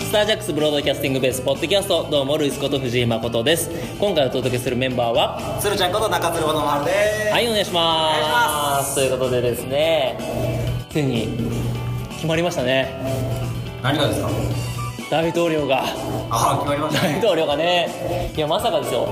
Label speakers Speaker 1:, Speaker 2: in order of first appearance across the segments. Speaker 1: スタージャックスブロードキャスティングベースポッドキャストどうもルイスこと藤井誠です今回お届けするメンバーは
Speaker 2: 鶴ちゃんこと中鶴ことのはるです
Speaker 1: はいお願いします
Speaker 2: お願いします
Speaker 1: ということでですねついに決まりましたね
Speaker 2: 何がですか
Speaker 1: 大統領が
Speaker 2: ああ決まりました
Speaker 1: 大
Speaker 2: ね
Speaker 1: 統領がねいやまさかですよ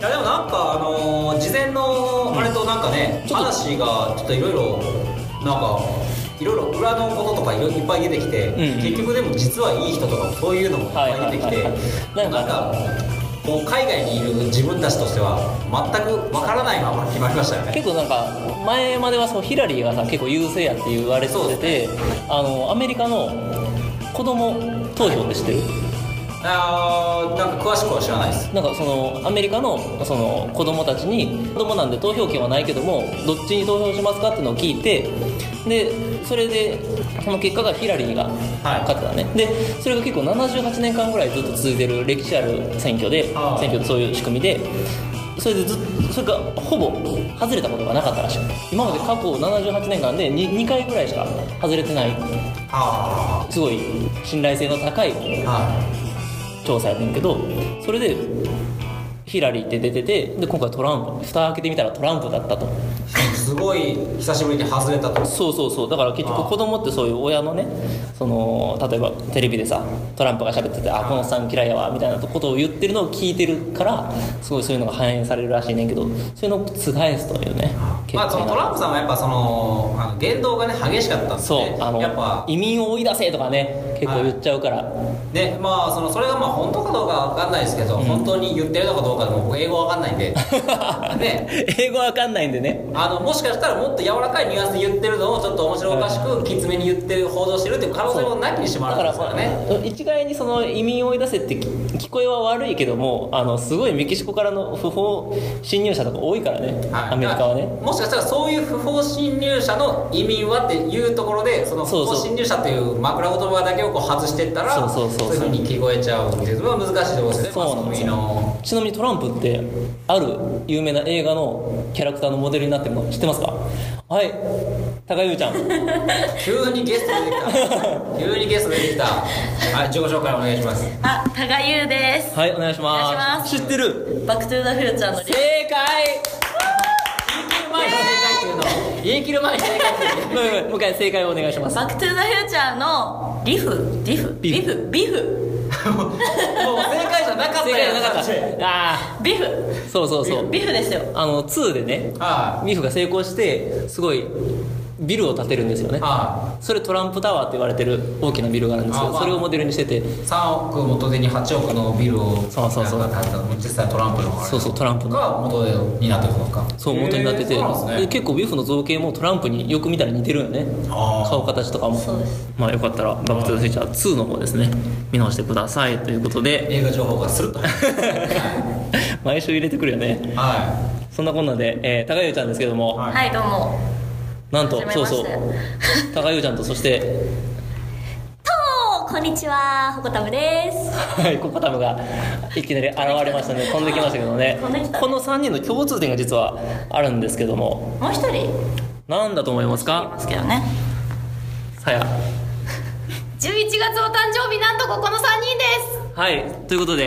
Speaker 2: いやでもなんかあのー事前のあれとなんかね、
Speaker 1: ちょっと
Speaker 2: 話がちょっといろいろなんかいろいろ裏のこととかいろいろいっぱい出てきて、
Speaker 1: んうん
Speaker 2: 結局でも実はいい人とかそういうのもいっぱい出てきて、
Speaker 1: はいはいはいはい
Speaker 2: なんかこう海外にいる自分たちとしては全くわからないまま決まりましたよね
Speaker 1: 結構なんか前まではそうヒラリーがさ結構優勢やって言われて
Speaker 2: そう
Speaker 1: てあのアメリカの子供投票って知ってる
Speaker 2: あーなんか詳しくは知らないです
Speaker 1: なんかそのアメリカのその子供たちに子供なんで投票権はないけどもどっちに投票しますかっていうのを聞いてでそれでその結果がヒラリーが勝ってたね、でそれが結構78年間ぐらいずっと続いてる歴史ある選挙で
Speaker 2: ああ
Speaker 1: 選挙ってそういう仕組みでそれでずっとそれがほぼ外れたことがなかったらしい今まで過去78年間で 2, 2回ぐらいしか外れてない
Speaker 2: は
Speaker 1: すごい信頼性の高い
Speaker 2: あは
Speaker 1: 調査やねんけどそれでヒラリーって出ててで今回トランプ蓋開けてみたらトランプだったと
Speaker 2: いすごい久しぶりに外れたと
Speaker 1: そうそうそうだから結
Speaker 2: あ
Speaker 1: 局
Speaker 2: ー
Speaker 1: 子供ってそういう親のねその例えばテレビでさトランプが喋ってて「あこのおっさん嫌いやわ」みたいなことを言ってるのを聞いてるからすごいそういうのが反映されるらしいねんけどそういうのを覆すというね結
Speaker 2: まあ、そのトランプさんはやっぱそのあの言動がね激しかったんで、ね、
Speaker 1: そうあの
Speaker 2: やっぱ
Speaker 1: 移民を追い出せとかね結構言っちゃうから、
Speaker 2: ねまあそのそれがまあ本当かどうかわかんないですけど、本当に言ってるのかどうかでも僕英語わかんない んでね
Speaker 1: 英語わかんないんでね
Speaker 2: あのもしかしたらもっと柔らかいニュアンスで言ってるのをちょっと面白おかしくきつめに言ってる報道してるっていう可能性もなきにしもあ
Speaker 1: だか
Speaker 2: らずで
Speaker 1: ら
Speaker 2: すからね
Speaker 1: まあ一概にその移民を追い出せってき聞こえは悪いけどもあのすごいメキシコからの不法侵入者とか多いからね、
Speaker 2: はい
Speaker 1: アメリカは
Speaker 2: だか
Speaker 1: ね
Speaker 2: らもしかしたらそういう不法侵入者の移民はっていうところでその不
Speaker 1: そうそ
Speaker 2: 法
Speaker 1: う
Speaker 2: 侵入者という枕言葉だけをこう外していったら
Speaker 1: そうそうそうそう
Speaker 2: いうふうに聞こえちゃうっていうのは難しいところですね
Speaker 1: そうなんですよ
Speaker 2: マスコミの
Speaker 1: ちなみにトランプってある有名な映画のキャラクターのモデルになってるの知ってますかはい高井優ちゃん
Speaker 2: 急にゲスト出てき た急にゲスト出てき たはい自己紹介お願いします
Speaker 3: あ、たがゆうです。
Speaker 1: はいお願いします
Speaker 3: お願いします
Speaker 1: 知ってる
Speaker 3: バックトゥーザフューチャーのリ
Speaker 1: 正解
Speaker 2: 言い切る前に正解っていうの言い切る前に正解っていう
Speaker 1: ごめんごめんもう一回正解をお願いします
Speaker 3: バックトゥーザフューチャーのリフ、リフ、
Speaker 1: ビ
Speaker 3: ビ
Speaker 1: フ
Speaker 3: フ、ビフ、
Speaker 2: もう正解じゃなかった
Speaker 1: 正解
Speaker 2: や
Speaker 1: が
Speaker 2: ん
Speaker 1: なかったあ
Speaker 3: ビフ、
Speaker 1: あそうそうそう
Speaker 3: ビフですよ。
Speaker 1: あの2でね
Speaker 2: は
Speaker 1: ミフが成功してすごいビルを建てるんですよね
Speaker 2: いは
Speaker 1: それトランプタワーって言われてる大きなビルがあるんですけ
Speaker 2: あ
Speaker 1: ど
Speaker 2: まあ
Speaker 1: それをモデルにしてて
Speaker 2: い3億元手に8億のビルを
Speaker 1: そうそうそう
Speaker 2: なんか建てた実際トランプのあれ
Speaker 1: そうそうトランプの
Speaker 2: が元手になってるのか
Speaker 1: そう元になってて
Speaker 2: へーそうなんです
Speaker 1: で
Speaker 2: ね
Speaker 1: 結構ビフの造形もトランプによく見たら似てるよね
Speaker 2: あー
Speaker 1: 顔形とかも
Speaker 3: そうです
Speaker 1: まあよかったら「バック・トゥ・ザ・フューチャー2」の方ですね見直してくださいということで
Speaker 2: 映画情報がスルッと入って は
Speaker 1: 毎週入れてくるよね
Speaker 2: いは
Speaker 1: そんなこんなで、えー、高優ちゃんですけども、
Speaker 2: はい
Speaker 3: はい、どうも。
Speaker 1: なんと
Speaker 3: はじ
Speaker 1: そ
Speaker 3: め
Speaker 1: う
Speaker 3: まして
Speaker 1: そう高優ちゃんとそして
Speaker 3: とー、こんにちは、ほこたぶです。
Speaker 1: はい、ココタムがいきなり現れましたね飛んできましたけどね
Speaker 3: 飛んできた
Speaker 1: この3人の共通点が実はあるんですけども
Speaker 3: もう一人い
Speaker 1: 何だと思いますか
Speaker 3: ますけどね。
Speaker 1: さや
Speaker 3: 11月お誕生日なんとここの3人で
Speaker 1: はいということで
Speaker 2: い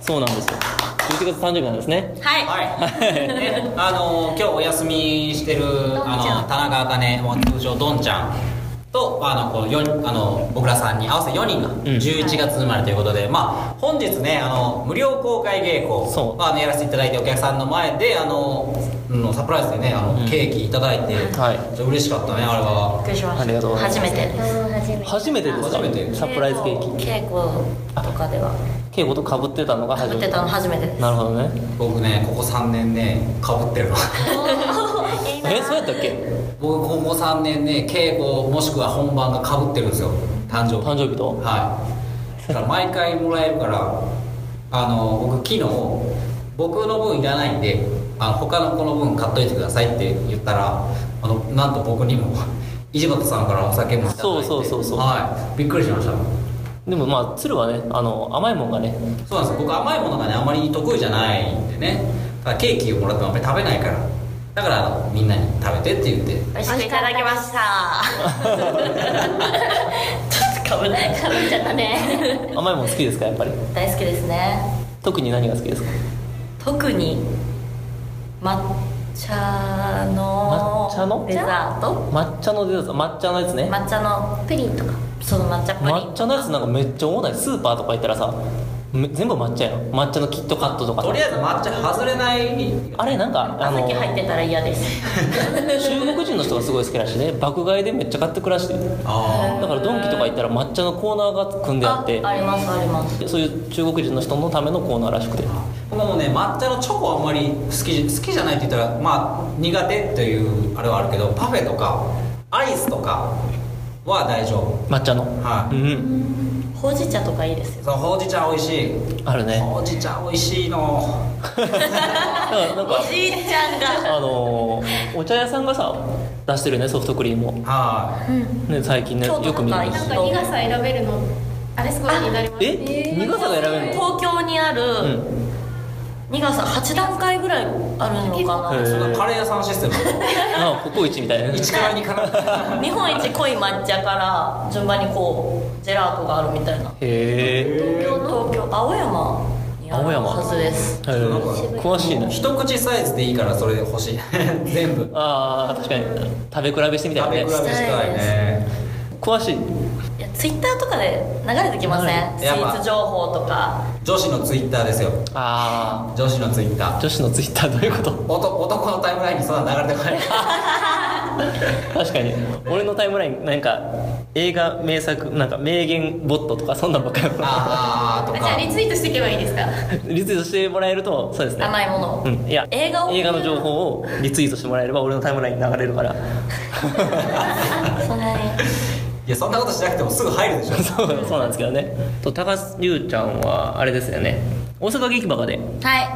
Speaker 1: そうなんですよ11月誕生日なんですね
Speaker 3: す。はい。
Speaker 2: はいねあの今日お休みしてる
Speaker 3: んちゃん
Speaker 2: あの田中茜も通称どんちゃんとあのこうよあの僕らさんに合わせて4人が11月生まれということで、まあ、本日ねあの無料公開稽古
Speaker 1: そう
Speaker 2: あのやらせていただいてお客さんの前であの、うん、サプライズでねあの、ケーキいただいて、
Speaker 1: はい
Speaker 2: ちょ嬉しかったねあれ
Speaker 3: びっ
Speaker 2: は
Speaker 3: くりしました。
Speaker 1: ありがとうございます
Speaker 3: 初めてです。
Speaker 1: 初めてですか
Speaker 2: 初めて
Speaker 1: サプライズケーキ
Speaker 3: キ。稽古とかでは、
Speaker 1: 稽古とかぶってたのが初
Speaker 3: 被っ
Speaker 1: め
Speaker 3: て
Speaker 1: て
Speaker 3: たの初めてです。
Speaker 1: なるほどね
Speaker 2: 僕ねここ3年ねかぶってるの
Speaker 1: えそうやったっけ
Speaker 2: 僕ここ3年ね稽古もしくは本番がかぶってるんですよ誕生日
Speaker 1: 誕生日と
Speaker 2: はい。だから毎回もらえるから、あの僕昨日僕の分いらないんで、あの他の子の分買っといてくださいって言ったら、あのなんと僕にも 石本さんからお酒もいただいて、
Speaker 1: そうそうそうそう
Speaker 2: はい。びっくりしました。
Speaker 1: でもまあ鶴はねあの甘いもんがね
Speaker 2: そうなんです。僕甘いものがねあまり得意じゃないんでね。だからケーキをもらってもあんまり食べないから。だからあのみんなに食べてって言って
Speaker 4: 美味しくいただきました。ちょっとかぶない。
Speaker 3: かぶっちゃったね
Speaker 1: 甘いもの好きですかやっぱり
Speaker 4: 大好きですね。
Speaker 1: 特に何が好きですか
Speaker 4: 特に抹茶の
Speaker 1: 抹茶の
Speaker 4: デザート。
Speaker 1: 抹茶のデザート抹茶のやつね
Speaker 4: 抹茶の
Speaker 3: プリンとか
Speaker 4: その抹茶プリン。
Speaker 1: 抹茶のやつなんかめっちゃ重たいスーパーとか行ったらさめ全部抹茶やん抹茶のキットカットとか
Speaker 2: とりあえず抹茶外れない
Speaker 1: あれなんかあ
Speaker 4: あ
Speaker 1: の
Speaker 4: き入ってたら嫌です。
Speaker 1: 中国人の人がすごい好きらしいね爆買いでめっちゃ買ってくらしてる
Speaker 2: あ
Speaker 1: だからドンキとか行ったら抹茶のコーナーが組んであって
Speaker 4: ありますあります。
Speaker 1: そういう中国人の人のためのコーナーらしくて
Speaker 2: 僕もね抹茶のチョコはあんまり好き好きじゃないって言ったらまあ苦手というあれはあるけどパフェとかアイスとかは大丈夫
Speaker 1: 抹茶の
Speaker 2: は
Speaker 1: う
Speaker 2: い、
Speaker 1: ん
Speaker 4: ほうじ茶とかいいですよ。
Speaker 2: そのほうじ茶美味しい
Speaker 1: あるね
Speaker 2: ほうじ茶美味しいの
Speaker 1: だからなん
Speaker 4: お
Speaker 1: か
Speaker 4: じいちゃんが。
Speaker 1: あのーお茶屋さんがさ出してるねソフトクリームを
Speaker 2: はい
Speaker 1: ね最近ね
Speaker 4: 京都と
Speaker 1: よ
Speaker 4: か
Speaker 1: く見る
Speaker 4: いい
Speaker 3: なんか苦さ選べるのあれすごい気になります
Speaker 1: え苦さが選べるの
Speaker 4: 東京にある
Speaker 1: うん
Speaker 4: 苦さ八段階ぐらいあるのか
Speaker 1: へ
Speaker 4: な。
Speaker 2: そ
Speaker 1: ー
Speaker 2: んなカレー屋さんシステム
Speaker 1: あココイチみたいなね
Speaker 2: 一から二から
Speaker 4: 日本一濃い抹茶から順番にこうジェラートがあるみたいな
Speaker 1: へ
Speaker 3: 東京の
Speaker 4: 東京青山にある
Speaker 1: 青山
Speaker 4: はずです
Speaker 1: え詳しいね
Speaker 2: 一口サイズでいいからそれで欲しい 全部
Speaker 1: あー確かに食べ比べしてみた
Speaker 2: 食べ
Speaker 1: い
Speaker 2: 比べ
Speaker 1: な
Speaker 2: し
Speaker 1: ね
Speaker 2: たいね
Speaker 1: 詳しい
Speaker 4: いやツイッターとかで流れてきません
Speaker 2: い
Speaker 4: スイ
Speaker 2: やまあ
Speaker 4: ーツ情報とか
Speaker 2: 女子のツイッターですよ
Speaker 1: あ
Speaker 2: 女子のツイッタ
Speaker 1: あ
Speaker 2: ー
Speaker 1: 女子のツイッターどういうこと
Speaker 2: 男男のタイムラインにそんな流れてこない
Speaker 1: 確かに俺のタイムラインなんか映画名作なんか名言ボットとかそんなんばっかり
Speaker 2: あーと
Speaker 3: あじゃあ
Speaker 2: か
Speaker 3: リツイートしていけばいいですか
Speaker 1: リツイートしてもらえるとそうですね
Speaker 4: 甘いものを、
Speaker 1: うんいや
Speaker 4: 映画を
Speaker 1: の情報をリツイートしてもらえれば俺のタイムラインに流れるから
Speaker 4: そんなに
Speaker 2: いやそんなことしなくてもすぐ入るで しょ
Speaker 1: そうそうなんですけどねと高須龍ちゃんはあれですよね大阪劇バカで
Speaker 4: はい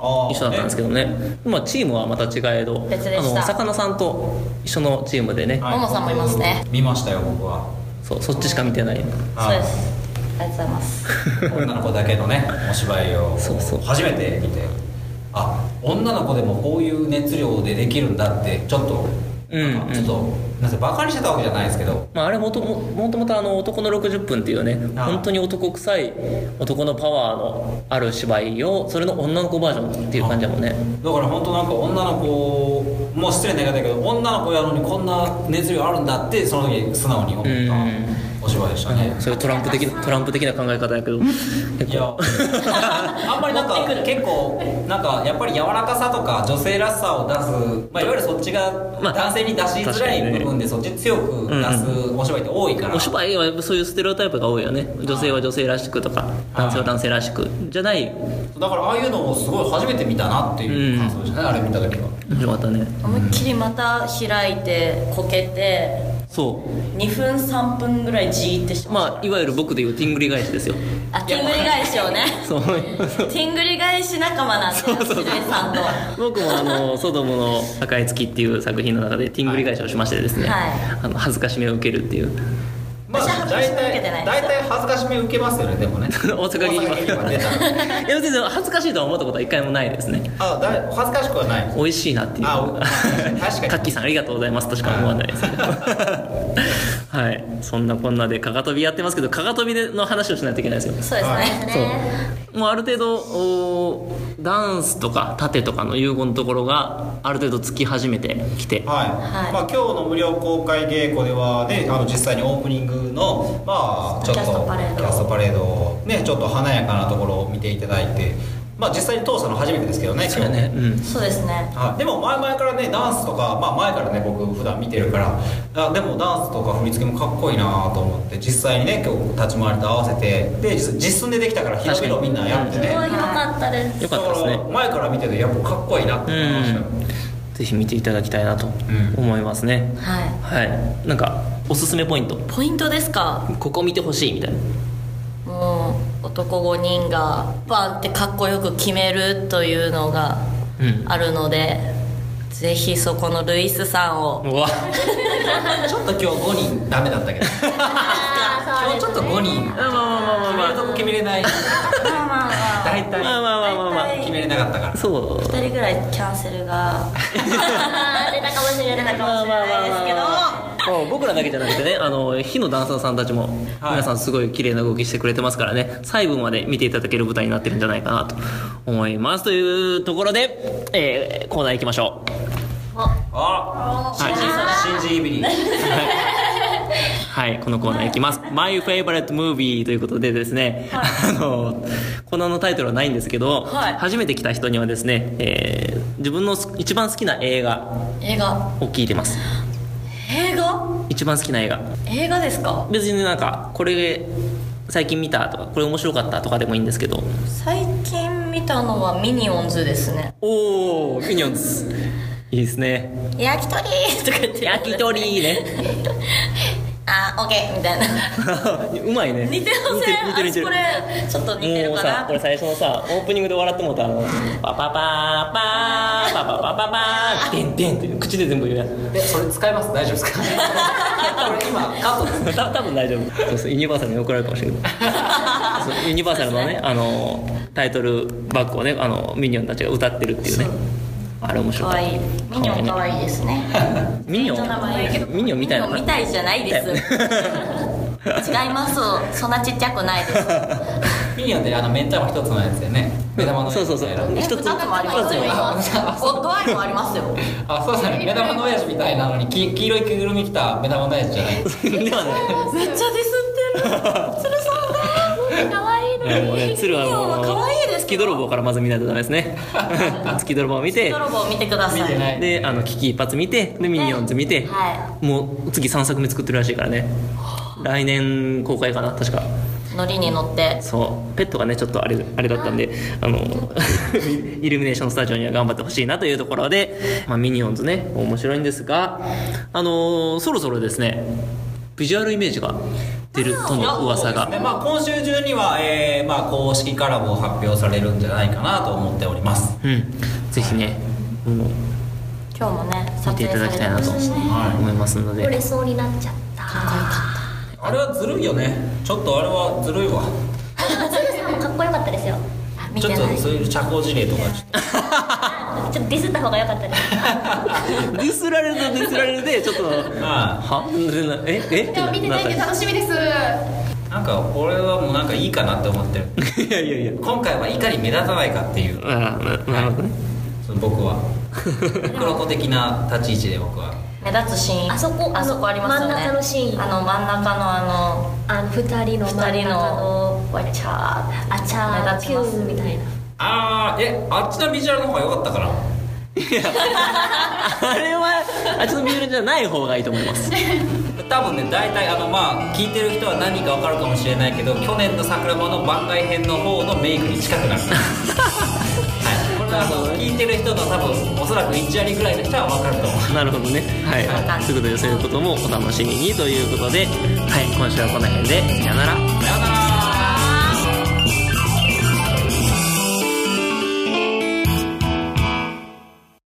Speaker 2: あー
Speaker 1: 一緒だったんですけどね、まあ、チームはまた違えど
Speaker 4: 別でした
Speaker 1: あの魚さんと一緒のチームでね、
Speaker 2: は
Speaker 4: ももさんもいますね
Speaker 2: 見ましたよ僕は
Speaker 1: そうそっちしか見てない
Speaker 4: そう
Speaker 2: はい
Speaker 4: ですありがとうございます
Speaker 2: 女の子だけのねお芝居を
Speaker 1: そうそう
Speaker 2: 初めて見てあ女の子でもこういう熱量でできるんだってちょっと、
Speaker 1: うん
Speaker 2: なんかちょっとなんせバカにしてたわけじゃないですけど
Speaker 1: まあ、あれもとももともとあの男の60分っていうね
Speaker 2: ああ
Speaker 1: 本当に男臭い男のパワーのある芝居をそれの女の子バージョンっていう感じだもんね
Speaker 2: だから本当なんか女の子もう失礼な言い方だけど女の子やのにこんな熱量あるんだってその時素直に思っ
Speaker 1: うん
Speaker 2: たお芝居でしたね、
Speaker 1: そういうトランプ的なトランプ的な考え方やけど結
Speaker 2: いや
Speaker 1: 構
Speaker 2: あんまりなんか結構なんかやっぱり柔らかさとか女性らしさを出す、まあ、いわゆるそっちが
Speaker 1: まあ
Speaker 2: 男性に出しづらい部分でそっち強く出すお芝居って多いから、
Speaker 1: お芝居はやっぱそういうステレオタイプが多いよね女性は女性らしくとか男性は男性らしくじゃない
Speaker 2: だからああいうのをすごい初めて見たなっていう感想でしたね、あれ見た時は
Speaker 1: 面白かったね
Speaker 4: 思いっきりまた開いてこけて
Speaker 1: そ
Speaker 4: 2分3分ぐらいじーってし
Speaker 1: う
Speaker 4: まし
Speaker 1: まあいわゆる僕でいうティングリ返しですよ
Speaker 4: たあティングリ返しをね
Speaker 1: そう
Speaker 4: ティングリ返し仲間なんで
Speaker 1: そうそう
Speaker 4: しめさんと
Speaker 1: 僕もあの「ソドムの赤い月」っていう作品の中でティングリ返しをしましてですね、
Speaker 4: はい
Speaker 1: あの恥ずかしめを受けるっていう
Speaker 2: まあ
Speaker 4: 私は恥ずか
Speaker 2: 大
Speaker 4: しめ受けてな
Speaker 2: 体
Speaker 4: い
Speaker 2: 大体恥ずかしめ受けますよねでもね
Speaker 1: 大阪劇場
Speaker 2: 大阪劇場出たら
Speaker 1: いや別に恥ずかしいとは思ったことは一回もないですね
Speaker 2: あだい恥ずかしくはない
Speaker 1: 美味しいなっていう
Speaker 2: あお確かに
Speaker 1: カッキーさんありがとうございますとしか思わないです けどはいそんなこんなでかがとびやってますけどかがとびでの話をしないといけないですよ
Speaker 4: そうです
Speaker 2: はい
Speaker 4: ね
Speaker 1: そうもうある程度おーダンスとか盾とかの融合のところがある程度つき始めてきて
Speaker 2: はい、
Speaker 4: はい
Speaker 2: まあ、今日の無料公開稽古ではねあの実際にオープニングのまあちょっと
Speaker 4: キャストパレード
Speaker 2: キャストパレードをねちょっと華やかなところを見ていただいてまあ実際に通したの初めてですけどね
Speaker 1: そうだねうん
Speaker 4: そうですね
Speaker 2: はい、でも前々からねダンスとか、まあ、前からね僕普段見てるからあでもダンスとか振り付けもかっこいいなと思って実際にね今日立ち回りと合わせてで実実寸でできたから広々みんなやって
Speaker 4: す
Speaker 2: ね
Speaker 4: ごい良かったです
Speaker 1: よかったですね
Speaker 2: だから前から見ててやっぱかっこいいなって思いましたよ、
Speaker 1: ぜひ見ていただきたいなと思いますね、
Speaker 4: は
Speaker 1: はいなんかおすすめポイント
Speaker 4: いポイントですか
Speaker 1: ここ見てほしいみたいな
Speaker 4: もう男5人がバンってかっこよく決めるというのが
Speaker 1: うん
Speaker 4: あるので、ぜひそこのルイスさんを
Speaker 1: うわ
Speaker 2: ちょっと今日5人ダメだっ たけど今日ちょっと5人
Speaker 1: まあまあまあまあまあ
Speaker 2: 決めれない
Speaker 4: まあまあまあ
Speaker 2: 大体
Speaker 1: まあまあまあまあま
Speaker 4: 大
Speaker 1: あ
Speaker 4: 体
Speaker 2: 決めれなかったから
Speaker 1: そう
Speaker 4: 2人ぐらいキャンセルが出たかもしれない出たかもしれないですけど
Speaker 1: もう僕らだけじゃなくてねあの火のダンサーさんたちも
Speaker 2: はい
Speaker 1: 皆さんすごい綺麗な動きしてくれてますからね細部まで見ていただける舞台になってるんじゃないかなと思いますというところで、えーコーナー行きましょう
Speaker 2: あ新人新人イビリー
Speaker 1: はい、このコーナーいきます。My favorite movie ということでですね、あの、コーナーのタイトルはないんですけど、
Speaker 4: はい
Speaker 1: 初めて来た人にはですね、えー自分のす一番好きな映画
Speaker 4: 映画
Speaker 1: を聞いてます。
Speaker 4: 映画
Speaker 1: 一番好きな映画。
Speaker 4: 映画ですか
Speaker 1: 別になんか、これ最近見たとか、これ面白かったとかでもいいんですけど、
Speaker 4: 最近見たのはミニオンズですね
Speaker 1: おー、ミニオンズ。いいですね。
Speaker 4: 焼き鳥とか言って
Speaker 1: 焼き鳥ね。
Speaker 4: あオッケーみたいな
Speaker 1: うまいね。
Speaker 4: 似てません
Speaker 1: 似てる似てる。
Speaker 4: あこれちょっと似
Speaker 1: も
Speaker 4: てる
Speaker 1: う
Speaker 4: か
Speaker 1: さ
Speaker 4: な
Speaker 1: 俺最初のさオープニングで笑ってもうたあのパパパーパーパパパパパーデンデンって口で全部言うやん
Speaker 2: えそれ使います大丈夫です かこれ今カットです
Speaker 1: た多分大丈夫そうそうユニバーサルに怒られるかもしれないそうユニバーサルのねあのタイトルバックをねあのミニオンたちが歌ってるっていうねあれ面白
Speaker 4: 可
Speaker 1: かった
Speaker 4: 愛いミニオン可愛いです ね
Speaker 1: ミニオ
Speaker 4: 名前だけど
Speaker 1: ンミニオンみたいな
Speaker 4: ミニオンみたいじゃない で す違いますそんなちっちゃくないです
Speaker 2: ミニオンであの目ん玉一つのやつでね目玉の
Speaker 1: そうそうそう
Speaker 2: やつみたいな
Speaker 1: 一つ
Speaker 4: え二もありますよ
Speaker 2: 二つも
Speaker 4: 今ゴッドアイもありますよ
Speaker 2: あそうですね目玉の親父みたいなのにき黄色い着ぐるみ着た目玉の親父じゃない
Speaker 1: ではね
Speaker 4: めっちゃディスってる 鶴さんだ可愛い
Speaker 1: いやもうね鶴は
Speaker 4: ミニオンは可愛い
Speaker 1: も
Speaker 4: で
Speaker 1: う
Speaker 4: す
Speaker 1: 月泥棒からまず見ないとダメです ね月泥棒を見て
Speaker 4: 泥棒を見てください
Speaker 2: 見てない
Speaker 1: であの危機一発見てでミニオンズ見て、
Speaker 4: は
Speaker 1: もう次3作目作ってるらしいからね来年公開かな確か
Speaker 4: ノリに乗って
Speaker 1: そうペットがねちょっとあれあれだったんであの イルミネーションスタジオには頑張ってほしいなというところで、まあ、ミニオンズね面白いんですがあのーそろそろですねビジュアルイメージが出るとの噂が
Speaker 2: でまあ、今週中には、えーまあ、公式からも発表されるんじゃないかなと思っております、
Speaker 1: うんぜひねもう
Speaker 4: 今日もね撮
Speaker 1: 見て
Speaker 4: 影
Speaker 1: いただ
Speaker 4: され
Speaker 1: き
Speaker 4: て
Speaker 1: たいな
Speaker 4: ま
Speaker 1: と
Speaker 4: したしね
Speaker 1: 思いますので
Speaker 5: 折れそうになっちゃった
Speaker 2: あれはずるいよねちょっとあれはずるいわ
Speaker 5: 鶴さんもかっこよかったですよ
Speaker 4: あ見
Speaker 2: ち
Speaker 4: て
Speaker 2: ょ
Speaker 4: な
Speaker 2: っ
Speaker 4: い
Speaker 2: とそういう社交辞令とかちょっと
Speaker 5: ちょっとディスった方がよかったです
Speaker 1: ディスられるとディスられるでちょっと
Speaker 2: あ
Speaker 1: はえええ
Speaker 3: でも見てないんで楽しみです
Speaker 2: あなんか俺はもうなんかいいかなって思ってる
Speaker 1: いやいやいや
Speaker 2: 今回はいかに目立たないかっていう
Speaker 1: ああななるほどね
Speaker 2: その 僕は黒子的な立ち位置で僕は
Speaker 4: 目立つシーン
Speaker 5: あそこ
Speaker 4: あそこありますよね
Speaker 5: 真ん中のシーン
Speaker 4: あの真ん中のあ
Speaker 5: あの二人の真ん
Speaker 4: 二
Speaker 5: 中
Speaker 4: 人
Speaker 5: の
Speaker 4: のわちゃー
Speaker 5: あちゃ
Speaker 4: 目
Speaker 5: ー
Speaker 4: 立
Speaker 5: ピ
Speaker 4: ち
Speaker 5: ュ
Speaker 4: ます
Speaker 5: ーみたいな
Speaker 2: ああえあっちのビジュアルの方が良かったから
Speaker 1: あれはあちょっとビュールじゃない方がいいと思います
Speaker 2: 多分ね大体あのまあ聞いてる人は何か分かるかもしれないけど去年の桜間の番外編の方のメイクに近く なるはいこれはあの聞いてる人の多分おそらく1割ぐらいの人は分かると思う
Speaker 1: なるほどねはいということでそういうこともお楽しみにということではい今週はこの辺でさよなら